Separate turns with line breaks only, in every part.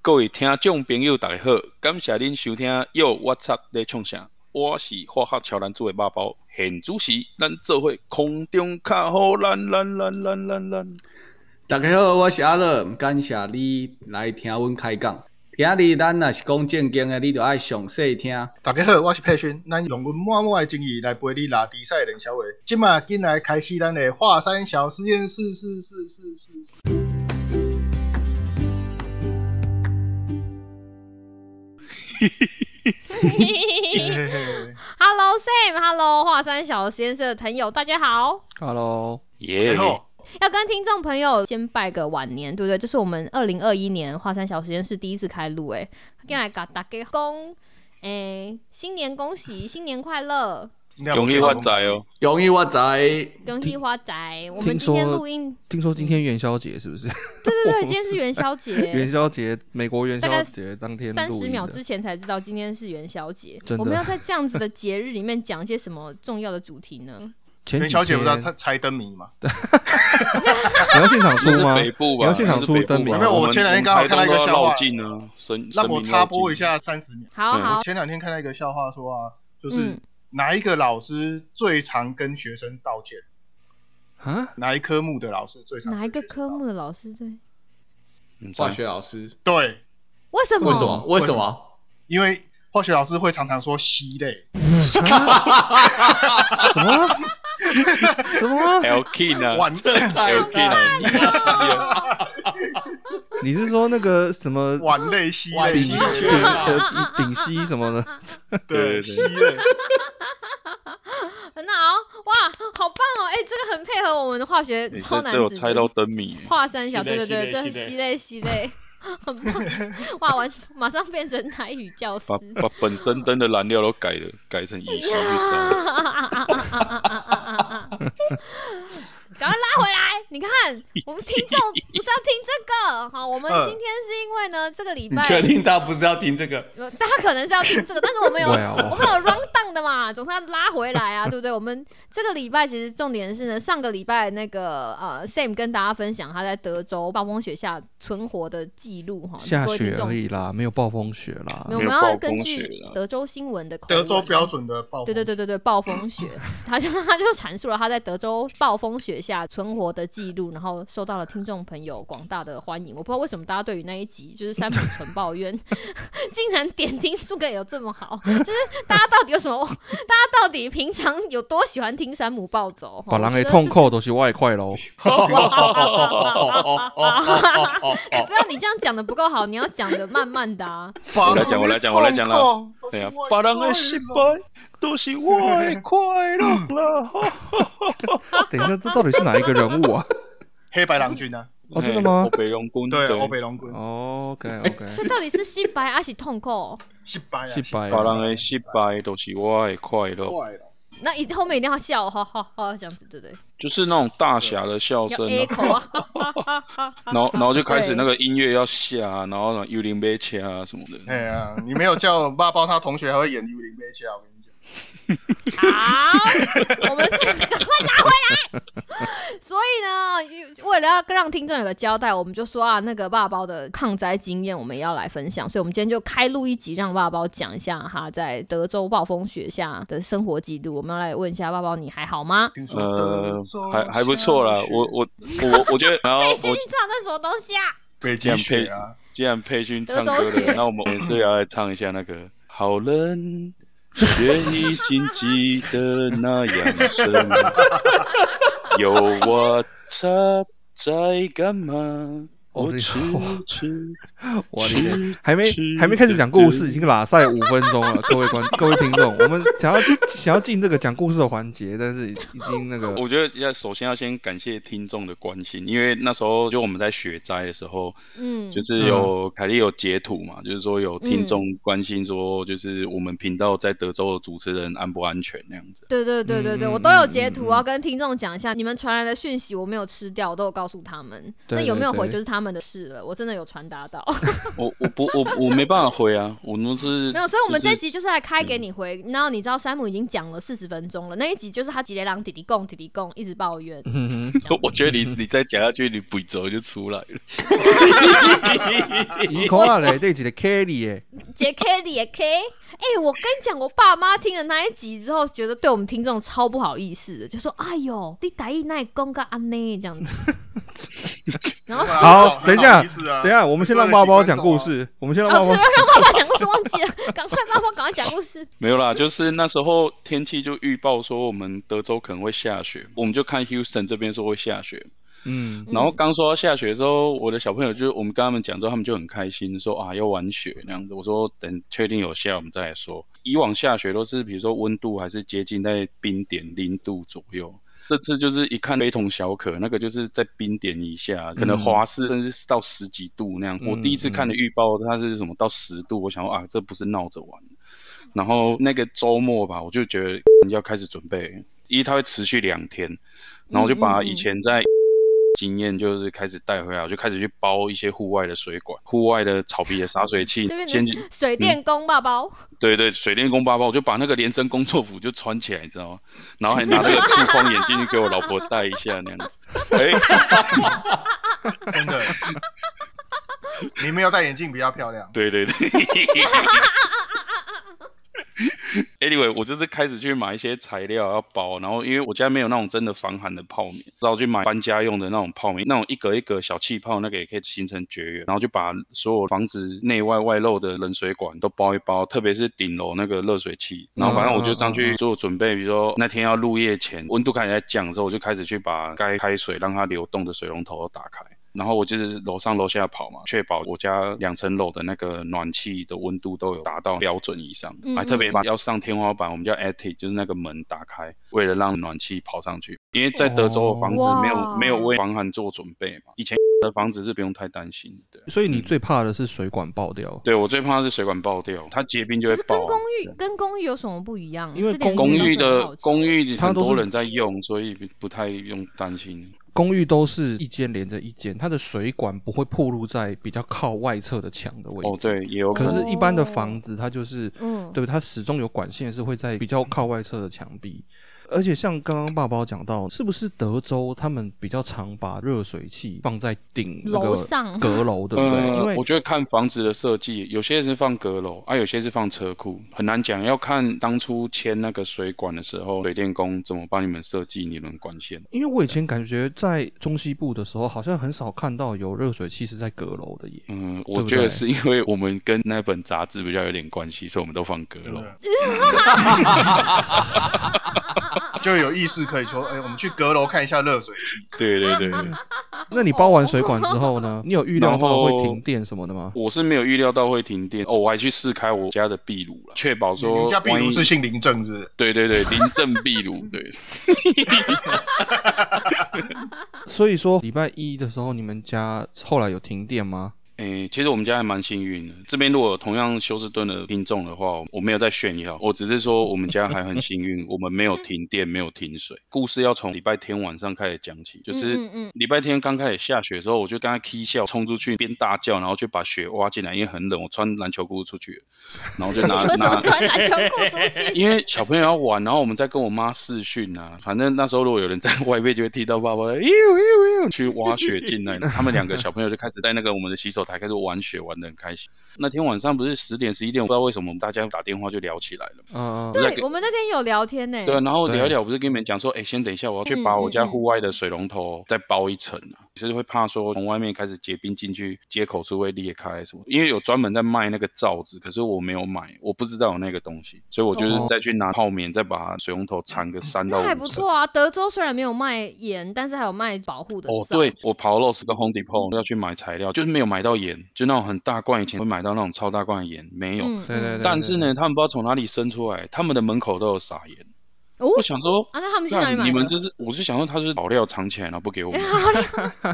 各位听众朋友，大家好，感谢恁收听。哟，我操，咧创啥？我是化学超男子的肉包，现主持，咱做伙空中卡好，咱咱咱咱咱咱。
大家好，我是阿乐，感谢你来听阮开讲。今日咱若是讲正经的，你就爱详细听。
大家好，我是佩勋，咱用阮满满的精力来陪你拉比赛冷小伟。即马进来开始咱的华山小实验室，是是是是。嘿嘿嘿
Hello Sam，Hello 华山小实验室的朋友，大家好！
Hello，
耶、
然后
要跟听众朋友先拜个晚年，对不对？这是我们二零二一年华山小实验室第一次开录，哎，进来给大家恭，哎、新年恭喜，新年快乐，
恭喜发财哦！
容易我知，
恭喜发财！我们
听
今天
说
录音，
听说今天元宵节是不是？
对对对，
我
今天是 元宵节，
元宵节，美国元
大概
宵节当天
三
录
十
音
秒
的
之。前才知道今天是元宵节
真。的
我们要在这样子的节日里面讲一些什么重要的主题呢？
前
元
几
宵节不是要
天
猜猜灯谜吗？
你要现场出
这是
吗？
北部吧？
你要现场
这是北
出灯
部
谜
吧
没有
我前两天刚好看到一个笑
我们台东都
话
要绕境啊，神
让我插播一。下三十秒。
好
嗯
好，
前两天看到一个笑话，说啊，就是
嗯
哪一个老师最常跟学生道歉？
啊？
哪一科目的老师最常？
哪一个科？目的老师对？
神
化
明绕境啊
学老师，
对，
为什么？
为什么？为什么？
因为化学老师会常常说烯类。
啊什么？ 什么？
L King 啊
完，
，L King 啊，
你是说那个什么
碗类烯啊类，
丙
烯
烯
类
丙呃丙烯 什么的？
对对
对烯类。
很好，哇，好棒哦！哎、这个很配合我们的化学
你
超
这
男
这有
子
猜到灯谜耶，
华山小，
系列
对对
系
对，
列
这是
系
系列系列，很 棒！哇，完马上变成台语教师。
把把本身灯的燃料都改了，改成乙
哎呀
烧乙烧。
赶快拉回来！你看，我们听众不是要听这个。好，我们
嗯
今天是因为呢，这个礼
你
拜
确定他不是要听这个？
有大家可能是要听这个，但是我们有、
对啊
我们有 round down 的嘛，总是要拉回来啊，对不对？我们这个礼拜其实重点是呢，上个礼拜那个呃 Sam 跟大家分享他在德州暴风雪下存活的记录哈，
下
各位听
雪
众
而。已啊啦，没有暴风雪啦
没有，
没
我
有
们
暴
要
风
根
雪
据
啦
德州新闻的口
德州
吻
标准的暴风
对对对对对，暴风雪，他就他就阐述了他在德州暴风雪下存活的记录，然后受到了听众朋友广大的欢迎。我不知道为什么大家对于那一集就是山本纯抱怨， 竟然点听数个有这么好，就是大家到底有什么？大家到底平常有多喜欢听山姆暴走？哦
把人
狼
给痛扣都是外 快喽。
哎、 不要你这样讲的不够好，你要讲的慢慢的啊。
我来讲我来讲我来讲啦
啦。哦
对啊，别人的失败都是我的快乐啦。
等一下，这到底是哪一个人 物啊？
黑白
嗯
郎君啊，
哦真的吗
嘿北龙宫
对，欧北龙君
哦，OK OK，
这到底是失白还是痛扣？
失败啊，
是白
别人的失败都是我的快乐，
怪
啊
了。
那一后面一定要笑，哈哈哈，这样子对不对？
就是那种大侠的笑
要
声啊，
echo 啊哈哈哈哈，
然后然后就开始那个音乐要下啊，然后呢幽灵被掐啊什么的。
哎呀，你没有叫爸包，他同学还会演幽灵被切，啊我跟你讲。
好，我们这 个赶快拿回来。 所以呢，为了要让听众有个交代，我们就说啊，那个爸包的抗灾经验，我们也要来分享。所以，我们今天就开录一集，让爸包讲一下他在德州暴风雪下的生活记录。我们要来问一下爸包，你还好吗？
听说
呃
德州，
还还不错啦
下，雪
我我我我觉得，然后
嗯
被心
我
唱那什么东西啊？
北极雪啊，
既然佩勋唱
德
歌
州
了，
雪
那我们也是要来唱一下那个好人。却已经记得那样深，有我插在干嘛？
哦
我
你
痴痴
我天，还没还没开始讲故事，已经拉赛五分钟了， 各位观各位听众，我们想要想要进这个讲故事的环节，但是已已经那个
我觉得要首先要先感谢听众的关心，因为那时候就我们在雪灾的时候，
嗯
就是有凯莉有截图嘛，就是说有听众关心说，就是我们频道在德州的主持人安不安全那样子。
对对对对对，
嗯
我都有
嗯
截图，啊
嗯
我要跟听众讲一下，你们传来的讯息我没有吃掉，我都有告诉他们。
对
那有没有
对
回
对
就是他们的事了，我真的有传达到。
我我不我我没办法回啊，我们是
没有，所以我们
就
这
是
集就是来开给你回。然后你知道山姆已经讲了四十分钟了，那一集就是他吉雷狼弟弟供弟弟供一直抱怨。
嗯
我觉得你你再讲下去，你不走就出来了。
哼，伊看下内底一个 Kelly 诶，
杰 K 里也 K，哎、我跟你讲，我爸妈听了那一集之后，觉得对我们听众超不好意思的，就说：“哎呦，你打一那公个安内这样 子。然后哦
对啊
好，等一下，
很好意思啊
等一下，我们先让包包讲故
啊
事，我们先”让
哦，
包
不
包
是，。让爸爸讲故事，忘记了，赶快爸爸赶快讲故事。嗯
没有啦，就是那时候天气就预报说我们德州可能会下雪，我们就看 Houston 这边说会下雪。
嗯
然后刚说要下雪的时候，我的小朋友就我们跟他们讲之后，他们就很开心，说啊要玩雪那样子。我说等确定有下我们再来说。以往下雪都是比如说温度还是接近在冰点零度左右，这次就是一看非同小可，那个就是在冰点以下，可能华氏甚至是到十几度那样。
嗯
我第一次看的预报它是什么到十度，我想说啊这不是闹着玩。然后那个周末吧，我就觉得要开始准备，一它会持续两天，然后我就把
嗯
以前在经验就是开始带回来，我就开始去包一些户外的水管、户外的草皮的洒水器
对不，
先
对？水电工爸爸，
对对水电工包包，我就把那个连身工作服就穿起来，你知道吗？然后还拿那个护框眼镜给我老婆戴一下那样子。哎、
真的。你没有戴眼镜比较漂亮。
对对对。Anyway，我就是开始去买一些材料要包，然后因为我家没有那种真的防寒的泡棉，然后去买搬家用的那种泡棉，那种一格一格小气泡，那个也可以形成绝缘，然后就把所有防止内外外漏的冷水管都包一包，特别是顶楼那个热水器，然后反正我就上去做准备，比如说那天要入夜前温度开始在降的时候，我就开始去把该开水让它流动的水龙头都打开。然后我就是楼上楼下跑嘛，确保我家两层楼的那个暖气的温度都有达到标准以上，
嗯
还特别把要上天花板，我们叫 attic，就是那个门打开，为了让暖气跑上去。因为在德州的房子
哦
没有、
哇
没有为防寒做准备嘛，以前的房子是不用太担心的。
所以你最怕的是水管爆掉，
对我最怕是水管爆掉，它结冰就
可
会
是跟
爆啊、
公寓跟公寓有什么不一样？
因为
这点
公寓
我真很好
的
奇啊
公寓
它
很
都是
多人在用，所以不不太用担心。
公寓都是一间连着一间，它的水管不会暴露在比较靠外侧的墙的位置。
哦，对，也有可
可
能。
是，一般的房子它就是，
嗯
对，它始终有管线是会在比较靠外侧的墙壁。而且像刚刚爸爸讲到，是不是德州他们比较常把热水器放在顶那
楼
个
上
阁 楼，对不对？
呃
因为
我觉得看房子的设计，有些是放阁楼，啊，有些是放车库，很难讲，要看当初签那个水管的时候，水电工怎么帮你们设计你们管线。
因为我以前感觉在中西部的时候，好像很少看到有热水器是在阁楼的耶。
嗯，
对
我
不
觉得
对
是因为我们跟那本杂志比较有点关系，所以我们都放阁楼。
啊
就有意识可以说，哎、我们去阁楼看一下热水器。
对对对对，
啊
那你包完水管之后
哦
呢？你有预料到会停电什么的吗？
我是没有预料到会停电哦，我还去试开我家的壁炉了，确保
你
说
们家壁
万
炉
一
是姓林正是不是？
对对对，临阵壁炉，对，
所以说礼拜一的时候，你们家后来有停电吗？
诶、其实我们家还蛮幸运的。这边如果有同样休斯顿的听众的话，我没有在炫耀，我只是说我们家还很幸运，我们没有停电，没有停水。故事要从礼拜天晚上开始讲起，就是
嗯嗯嗯
礼拜天刚开始下雪的时候，我就跟他 k 笑，冲出去边大叫，然后就把雪挖进来，因为很冷，我穿篮球裤出去，然后 就拿
为什么
拿。
穿篮球裤出 去？
因为小朋友要玩，然后我们在跟我妈视讯啊，反正那时候如果有人在外面，就会听到爸爸哎呦哎呦哎呦去挖雪进来，他们两个小朋友就开始在那个我们的洗手台开始玩雪，玩的很开心。那天晚上不是十点十一点，我不知道为什么我们大家打电话就聊起来了。
嗯、
那
对，
个
我们那天有聊天呢、
对啊，然后
对
聊一聊，我不是跟你们讲说，哎，先等一下，我要
嗯
去把我家户外的水龙头再包一层啊，就是会怕说从外面开始结冰进去，接口是会裂开什么，因为有专门在卖那个罩子，可是我没有买，我不知道有那个东西，所以我就是
哦
再去拿泡棉，再把水龙头缠个三到
哦那
五
还不
层。
错啊，德州虽然没有卖盐，但是还有卖保护的
哦，
皂。
对，我跑 Lowe's 跟 Home Depot 要去买材料，就是没有买到盐，就那种很大罐，以前会买到那种超大罐的盐，没有。
嗯，嗯，
对对对
但是呢，他们不知道从哪里生出来，他们的门口都有撒盐。
哦
我想说，
啊，那他们去哪
那
里买
你们
的？
就是，我是想说他是保料藏起来，然后不给我 们。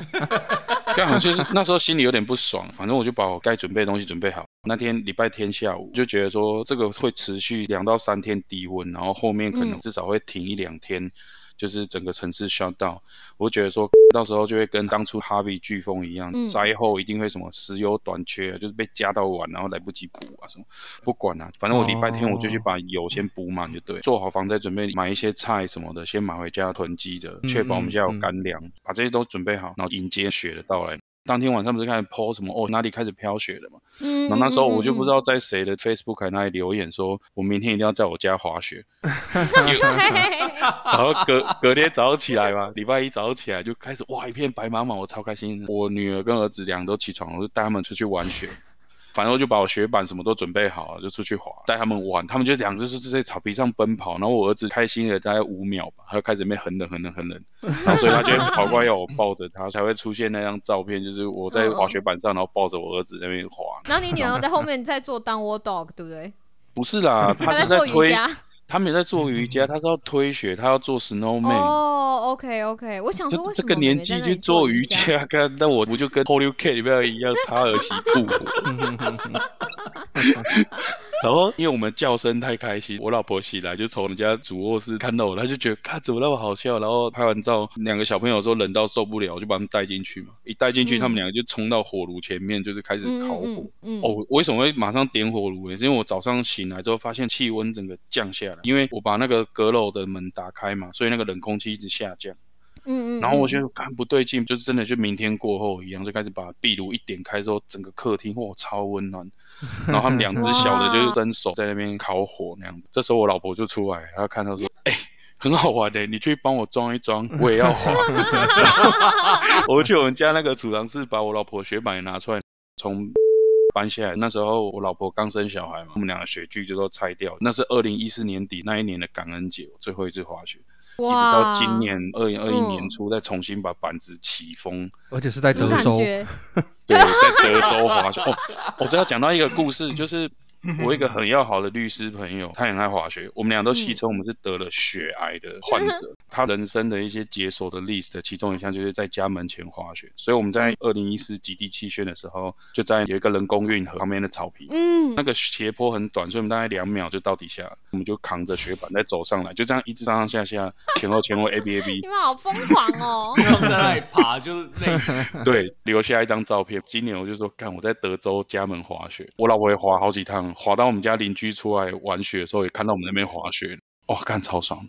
刚好就是那时候心里有点不爽，反正我就把我该准备的东西准备好。那天礼拜天下午就觉得说这个会持续两到三天低温，然后后面可能
嗯
至少会停一两天。就是整个城市 shut down。我觉得说到时候就会跟当初哈维飓风一样，
嗯
灾后一定会什么石油短缺，啊就是被加到晚，然后来不及补啊什么。不管了、反正我礼拜天我就去把油
嗯
先补满就对，做好防灾准备，买一些菜什么的，先买回家囤积着，
嗯
确保我们家有
嗯嗯
干粮，把这些都准备好，然后迎接雪的到来。当天晚上不是开始剖什么哦，哪里开始飘雪了嘛？
嗯，
然后那时候我就不知
道，
道在谁的 Facebook 还哪里留言说，我明天一定要在我家滑雪。
嗯
然后隔隔天早上起来嘛， 礼拜一早上起来就开始哇一片白茫茫，我超开心。我女儿跟儿子两个都起床，我就带他们出去玩雪。反正我就把我雪板什么都准备好了，就出去滑，带他们玩。他们就两只就是在草皮上奔跑，然后我儿子开心了大概五秒吧，他就开始被很冷很冷很冷，然后所以他就跑过来要我抱着他，才会出现那张照片，就是我在滑雪板上，然后抱着我儿子在那边滑。
然后你女儿在后面在做 downward dog，对不对？
不是啦， 他
她
是
在做瑜
推，
伽。
他没在做瑜伽，他是要推雪，他要做 snowman。
哦，OK OK，我想
这
说为什
这
么
个
妹
年
妹
纪
在那
去
里做
做瑜
伽？
伽，看那我不就跟 Holy K 里面一样，他儿媳妇。
嗯
然后因为我们叫声太开心，我老婆起来就从人家主卧室看到我，她就觉得看怎么那么好笑。然后拍完照，两个小朋友说冷到受不了，我就把他们带进去嘛。一带进去，
嗯
他们两个就冲到火炉前面，就是开始
嗯
烤火。
嗯嗯，嗯
哦，，我为什么会马上点火炉？也是因为我早上醒来之后发现气温整个降下来，因为我把那个阁楼的门打开嘛，所以那个冷空气一直下降。
嗯嗯，
然后我
嗯
觉得看不对劲，就是真的就明天过后一样，就开始把壁炉一点开之后，整个客厅哇超温 暖。然后他们两只小的就是伸手在那边烤火那样子。这时候我老婆就出来，她看到说：“哎、很好玩的、你去帮我装一装，我 也要滑。”我去我们家那个储藏室把我老婆雪板也拿出来，从。搬下来，那时候我老婆刚生小孩嘛，我们俩的雪具就都拆掉。那是二零一四年底那一年的感恩节，我最后一次滑雪。一直到今年二零二一
嗯
年初再重新把板子起风，
而且是在
什么
德
感
州，
觉？
对，在 德州滑雪。哦，我这要讲到一个故事，就是我一个很要好的律师朋友，他也很爱滑雪，我们俩都
嗯
戏称我们是得了血癌的患者。 他人生的一些解锁的 list，其中一项就是在家门前滑雪，所以我们
嗯
在二零一四极地气旋的时候，就在有一个人工运河旁边的草皮，
嗯
那，个斜坡很短，所以我们大概两秒就到底下了，我们就扛着雪板再走上来，就这样一直上上下下，前后前后 A B A B
你。们好疯狂哦！
他们在那里爬就是累死。
对，留下一张照片。今年我就说，看我在德州家门滑雪，我老婆也滑好几趟，滑到我们家邻居出来玩雪的时候，也看到我们那边滑雪，哇、看超爽。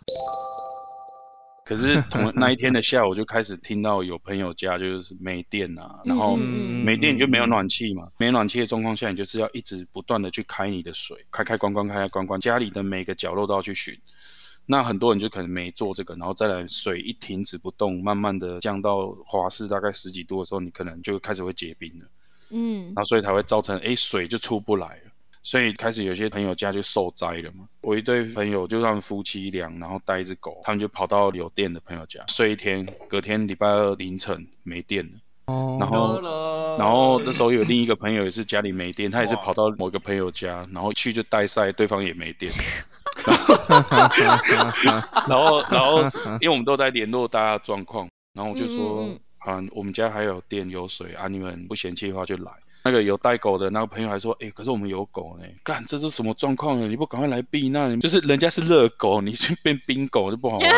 可是从那一天的下午就开始听到有朋友家就是没电啊， 然后
嗯
没电你就没有
暖。
暖气嘛，没暖气的状况下，你就是要一直不断的去开你的水，开开关关，开开关关，家里的每个角落都要去寻。那很多人就可能没做这个，然后再来水一停止不动，慢慢的降到华氏大概十几度的时候，你可能就开始会结冰了，
嗯
然后所以才会造成诶水就出不来了，所以开始有些朋友家就受灾了嘛。我一对朋友就让夫妻俩，然后带一只狗，他们就跑到有电的朋友家睡一天，隔天礼拜二凌晨没电了。
哦
然后
了
然后那时候有另一个朋友也是家里没电，他也是
哇
跑到某个朋友家，然后去就带赛，对方也没电。 然后，然后因为我们都在联络大家的状况，然后我就说
嗯嗯，
啊，我们家还有电有水啊，你们不嫌弃的话就来。那个有带狗的那个朋友还说，哎、可是我们有狗呢、干这是什么状况呢？你不赶快来避难？就是人家是热狗，你去变冰狗就不好玩。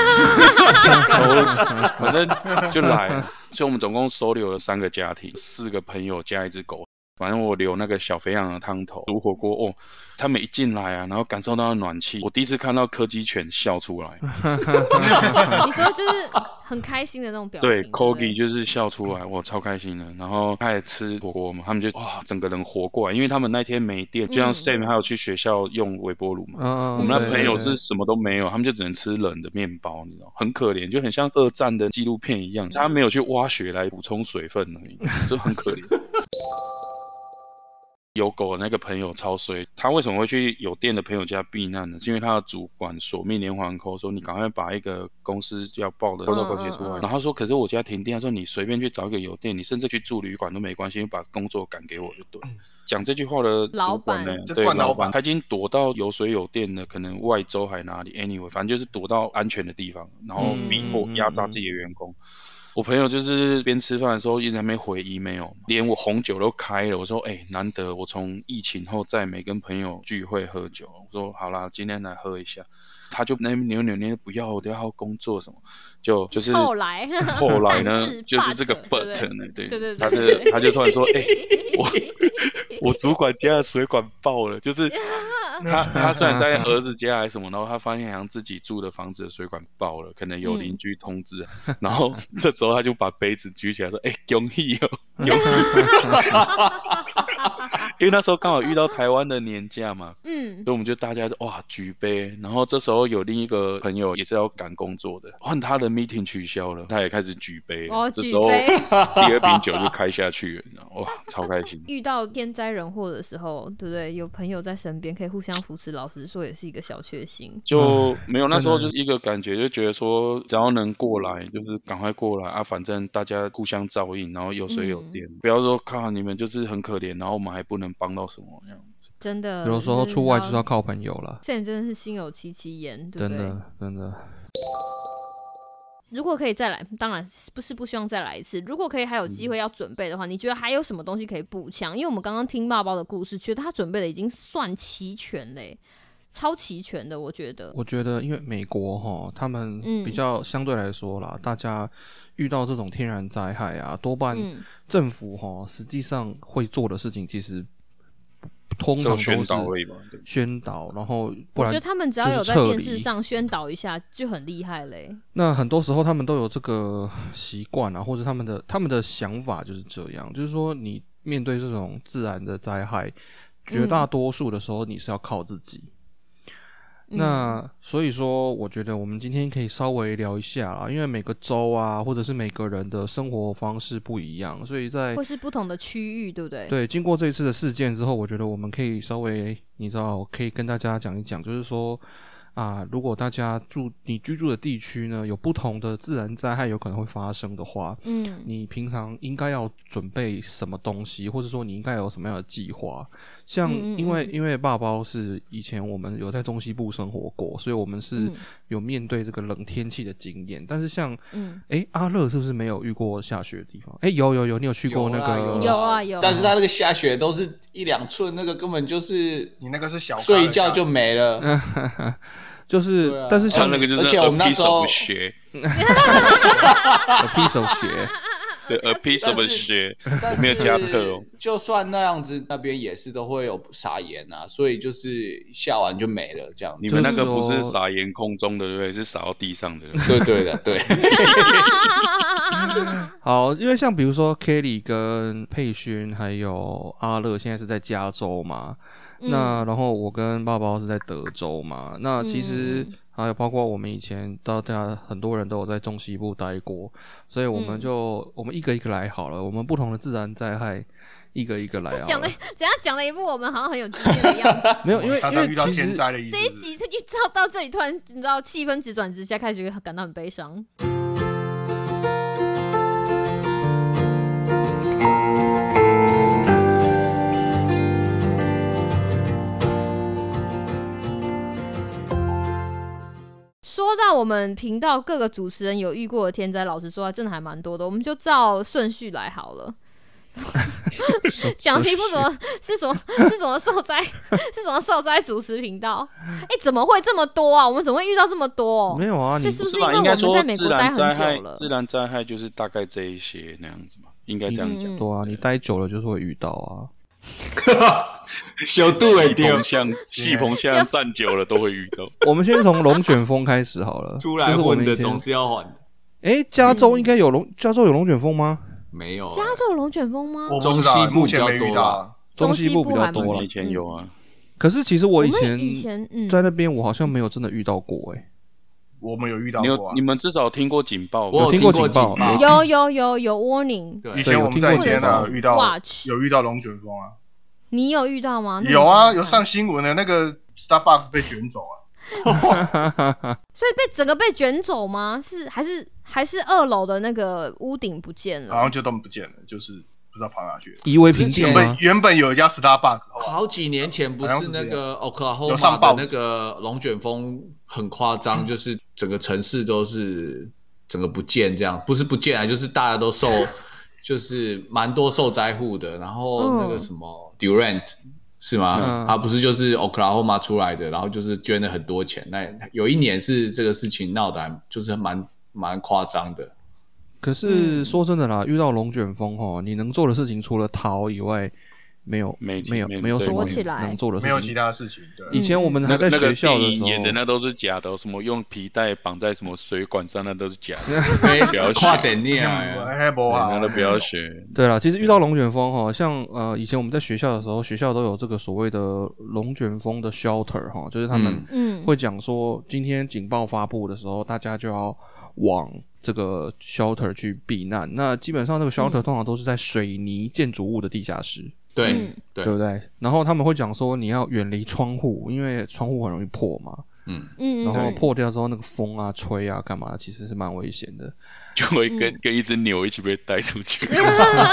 反正就来了，所以我们总共收留了三个家庭，四个朋友加一只狗。反正我留那个小肥羊的汤头煮火锅哦，他们一进来啊，然后感受到暖气，我第一次看到柯基犬笑出来，
你说就是很开心的那种表情。
对
不
c o g i 就是笑出来，我超开心的。然后他也吃火锅嘛，他们就哇，整个人活过来，因为他们那天没电，就像
嗯
Sam 还有去学校用微波炉嘛。
嗯
我们那朋友是什么都没有，他们就只能吃冷的面包，你知道，很可怜，就很像二战的纪录片一样，他没有去挖雪来补充水分而已，就很可怜。有狗的那个朋友超衰，他为什么会去有店的朋友家避难呢？是因为他的主管索命连环扣说你赶快把一个公司要报的工作写出来，
嗯
然后他说可是我家停电，他说你随便去找一个有店，你甚至去住旅馆都没关系，你把工作赶给我就对。
嗯
讲这句话的主
老
管呢
板，
就
对
惯老
老
板
他已经躲到有水有电的，可能外州还哪里，anyway，反正就是躲到安全的地方，然后逼迫
嗯
压榨自己的员工。我朋友就是边吃饭的时候一直在那边回 email，连我红酒都开了。我说，哎、难得我从疫情后再没跟朋友聚会喝酒，我说好啦，今天来喝一下。他就那边扭扭捏捏，不要，我都要工作什么，就就是
后来
后来呢
但是，
就是这个
but，
but 呢，对
对对对
他就他就突然说， 哎、我我主管家的水管爆了， 就是他他虽然在儿子家还是什么，然后他发现好像自己住的房子的水管爆了，可能有
嗯
邻居通知，啊然 后这时候他就把杯子举起来说，哎、恭喜哦，恭喜，哦 因为那时候刚好遇到台湾的年假嘛，
嗯
所以我们就大家就哇举杯，然后这时候有另一个朋友也是要赶工作的，换他的 meeting 取消了，他也开始举杯，
哦
这
举
时候
杯。
第二瓶酒就开下去了，你知道吗哇，超开心
遇到天灾人祸的时候，对不对？有朋友在身边可以互相扶持，老实说也是一个小确幸。
就没有那时候
真
就
的
是一个感觉，就觉得说只要能过来，就是赶快过来啊！反正大家互相照应，然后有水有
嗯
电，不要说靠你们就是很可怜，然后我们还不能帮到什么这样。
真的，
有时候出外就是
要
要靠朋友啦，
Sam 真的是心有戚戚焉，嗯对
真
不对？
的真的。
如果可以再来，当然是不是不希望再来一次。如果可以还有
嗯
机会要准备的话，你觉得还有什么东西可以补强？因为我们刚刚听爸爸的故事，觉得他准备的已经算齐全嘞，超齐全的，我觉得。
我觉得，因为美国哈，他们
嗯
比较相对来说啦，大家遇到这种天然灾害啊，多半
嗯
政府哈，实际上会做的事情其实通常
就
都
宣
是
导而已嘛对
宣导，然后不
我觉
然
得他们只要
就是
有在
撤
电
离
视上宣导一下就很厉害嘞。
那很多时候他们都有这个习惯啊，或者他们的他们的想法就是这样，就是说你面对这种自然的灾害，绝大多数的时候你是要靠自己。
嗯
那所以说，我觉得我们今天可以稍微聊一下啊，因为每个州啊，或者是每个人的生活方式不一样，所以在
或是不同的区域，对不对？
对，经过这一次的事件之后，我觉得我们可以稍微，你知道，可以跟大家讲一讲，就是说啊，如果大家住你居住的地区呢，有不同的自然灾害有可能会发生的话，
嗯
你平常应该要准备什么东西，或者说你应该有什么样的计划？像
嗯嗯
因为
嗯
因为爸包是以前我们有在中西部生活过，所以我们是
嗯
有面对这个冷天气的经验。但是像
嗯，
诶阿乐是不是没有遇过下雪的地方？诶，有有有，你有去过
有
那
啦
个？
有啊有啊
但是它那个下雪都是一两寸，那个根本就是
你那个是小咖的
睡一觉就没了。
就是，
对啊
但是像
像那个就是
而且我们那时候
学，
a piece of 呃鞋，
对，a piece of
但是
学，
但
我没有加
是
特哦
就算那样子，那边也是都会有撒盐啊，所以就是下完就没了这样子。
你们那个
就是
不
说
是撒盐空中的，对不对？是撒到地上的。对不对
对对的， 对，
好，因为像比如说 Kelly 跟佩勋还有阿乐现在是在加州嘛，
嗯
那然后我跟爸爸是在德州嘛，那其实
嗯
还有包括我们以前大家很多人都有在中西部待过，所以我们
嗯
就、我们一个一个来好了，我们不同的自然灾害一个一个来好
讲的
了，
怎样讲的一副我们好像很有经验的样子。
没有因为
常
因
常
为
遇到
其
天
实
灾的意思
这一集就一直到到这里，突然你知道气氛急转直下，开始觉得感到很悲伤。说到我们频道各个主持人有遇过的天灾，老实说，真的还蛮多的。我们就照顺序来好了。讲题目怎么是什么是什么受灾 是什么受灾主持频道？哎、怎么会这么多啊？我们怎么会遇到这么多？
没有
所
啊，你
以是不是
吧？
因
应
为
该
我们
说
在美
自
国待
然
很
灾
久
害
了，？
自然灾害就是大概这一些那样子嘛，应该这样讲。
嗯嗯，
对啊，你待久了就是会遇到啊。
小度会
季
丢
鹏像季鹏像站久了都会遇到，
我们先从龙卷风开始 好了，
出来
就是我
混
们
的
以前
总是要还的，
诶，加州应该有龙，加州有龙卷风吗？
没有啊。
加州有龙卷风吗？
我不知道
中西部
目前没
比较
遇
多
到
吧
啊。
中
西
西部比较
还蛮
多
我
了
以前有啊，
可是其实我
我
以
们
前
以前嗯
在那边，我好像没有真的遇到过诶。
我们有遇到
你
过
有
啊
你。们至少听过警报吧
我？
有听
过
过警报
啊
警报
有有有有 warning，
对
以前我们在
对
以
有听过
前
这
啊
种
遇到
watch
有遇到龙卷风啊，
你有遇到吗？那你
有啊，
怎么
有
办
上，新闻的那个 Starbucks 被卷走啊，
所以被整个被卷走吗？是还是还是二楼的那个屋顶不见
好像
了？
就都不见了，就是不知道跑哪去了。
夷为平地
原本
吗？
原本有一家 Starbucks，好吧
好几年前不
好像
是
是
那
这
个
有上
Oklahoma
嗯报
的那个龙卷风很夸张，就是整个城市都是整个不见这样，不是不见啊，
嗯
就是大家都受， 就是蛮多受灾户的。然后那个
嗯
什么 Durant 是吗
嗯？
他不是就是 Oklahoma 出来的，然后就是捐了很多钱。那有一年是这个事情闹得还就是蛮蛮夸张的。
可
嗯
是说真的啦，遇到龙卷风哦，你能做的事情除了逃以外，没有
没
没有
没
没有什么
躲起来
能做的事
没
情。
有其他的事情，对
以前我们还
那
在
个那
学
个
校
电
的时
影
候，
演的那都是假的，哦什么用皮带绑在什么水管上，那都是假的，
哎
了解
跨点念
嗯，
啊！
还无啊
那，都不要学。
对啦，其实遇到龙卷风哈，像呃以前我们在学校的时候，学校都有这个所谓的龙卷风的 shelter 哈，就是他们
嗯
嗯，
会讲说，今天警报发布的时候，大家就要往这个 shelter 去避难。那基本
嗯
上那个 shelter 通常都是在水泥建筑物的地下室，
对
嗯
对
对，不对？然后他们会讲说，你要远离窗户，因为窗户很容易破嘛。
嗯，
嗯，嗯
然后
嗯
破掉之后，那个风啊、吹啊、干嘛，其实是蛮危险的。
就会跟、
嗯
跟一只牛一起被带出去。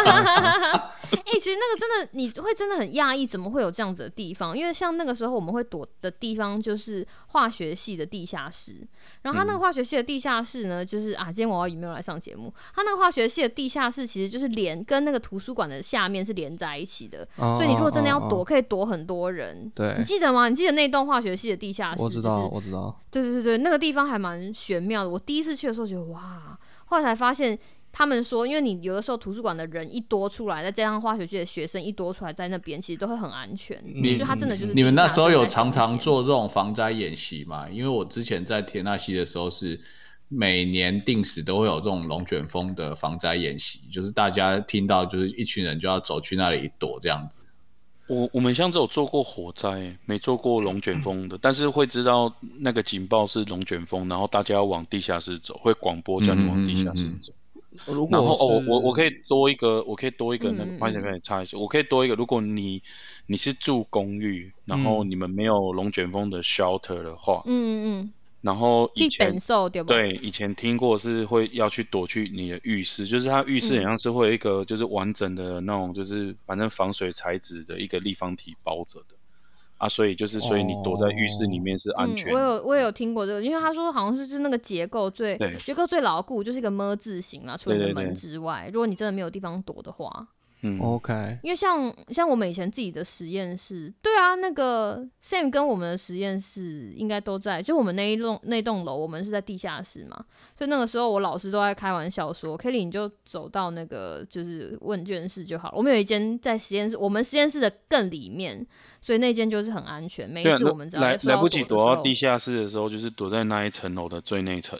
哎、其实那个真的，你会真的很讶异，怎么会有这样子的地方？因为像那个时候我们会躲的地方就是化学系的地下室，然后他那
嗯
个化学系的地下室呢，就是啊，今天娃娃鱼没有来上节目，他那个化学系的地下室其实就是连跟那个图书馆的下面是连在一起的，
所
所以你如果真
啊
的要躲，可以躲很多人。
哦对
你，记得吗？你记得那栋化学系的地下室？
我知道，
啊就是
我知道。
对对对，那个地方还蛮玄妙的。我第一次去的时候觉得哇，后来才发现他们说，因为你有的时候图书馆的人一多出来，再加上化学系的学生一多出来，在那边其实都会很安全。
你
就他真的就是
你们
地下
那
室
时候有
在
常
中
常
间
做这种防灾演习吗？因为我之前在田纳西的时候是每年定时都会有这种龙卷风的防灾演习，就是大家听到就是一群人就要走去那里躲这样子。
我我们像只有做过火灾，没做过龙卷风的，但是会知道那个警报是龙卷风，然后大家要往地下室走，会广播叫你往地下室走。
如果
然后哦，我
是
我我可以多一个，我可以多一个，那
嗯
个
嗯
抱歉，可以插一下，我可以多一个。如果你你是住公寓，然后你们没有龙卷风的 shelter 的话，
嗯嗯嗯嗯，
然后以
去
前
本寿对吧？，嗯
对，以前听过是会要去躲去你的浴室，就是它浴
嗯
室好像是会有一个就是完整的那种，就是反正防水材质的一个立方体包着的啊，所以就是所以你躲在浴室里面是安
嗯
全，
我
的。
有我也有听过这个，因为他说好像是就是那个结构最
对
结构最牢固，就是一个么字形啊啦，除了你的
对对对
门之外，如果你真的没有地方躲的话，
嗯，
OK，
因为像像我们以前自己的实验室，对啊，那个 Sam 跟我们的实验室应该都在，就我们那一栋那栋楼，我们是在地下室嘛，所以那个时候我老师都在开玩笑说，Kelly 你就走到那个就是问卷室就好了。我们有一间在实验室，我们实验室的更里面，所以那间就是很安全。每
对
一
啊，
次
那
我们只要
来
说
来
要
不及
躲的
躲
时
到
候
地，下室的时候，就是躲在那一层楼的最内层，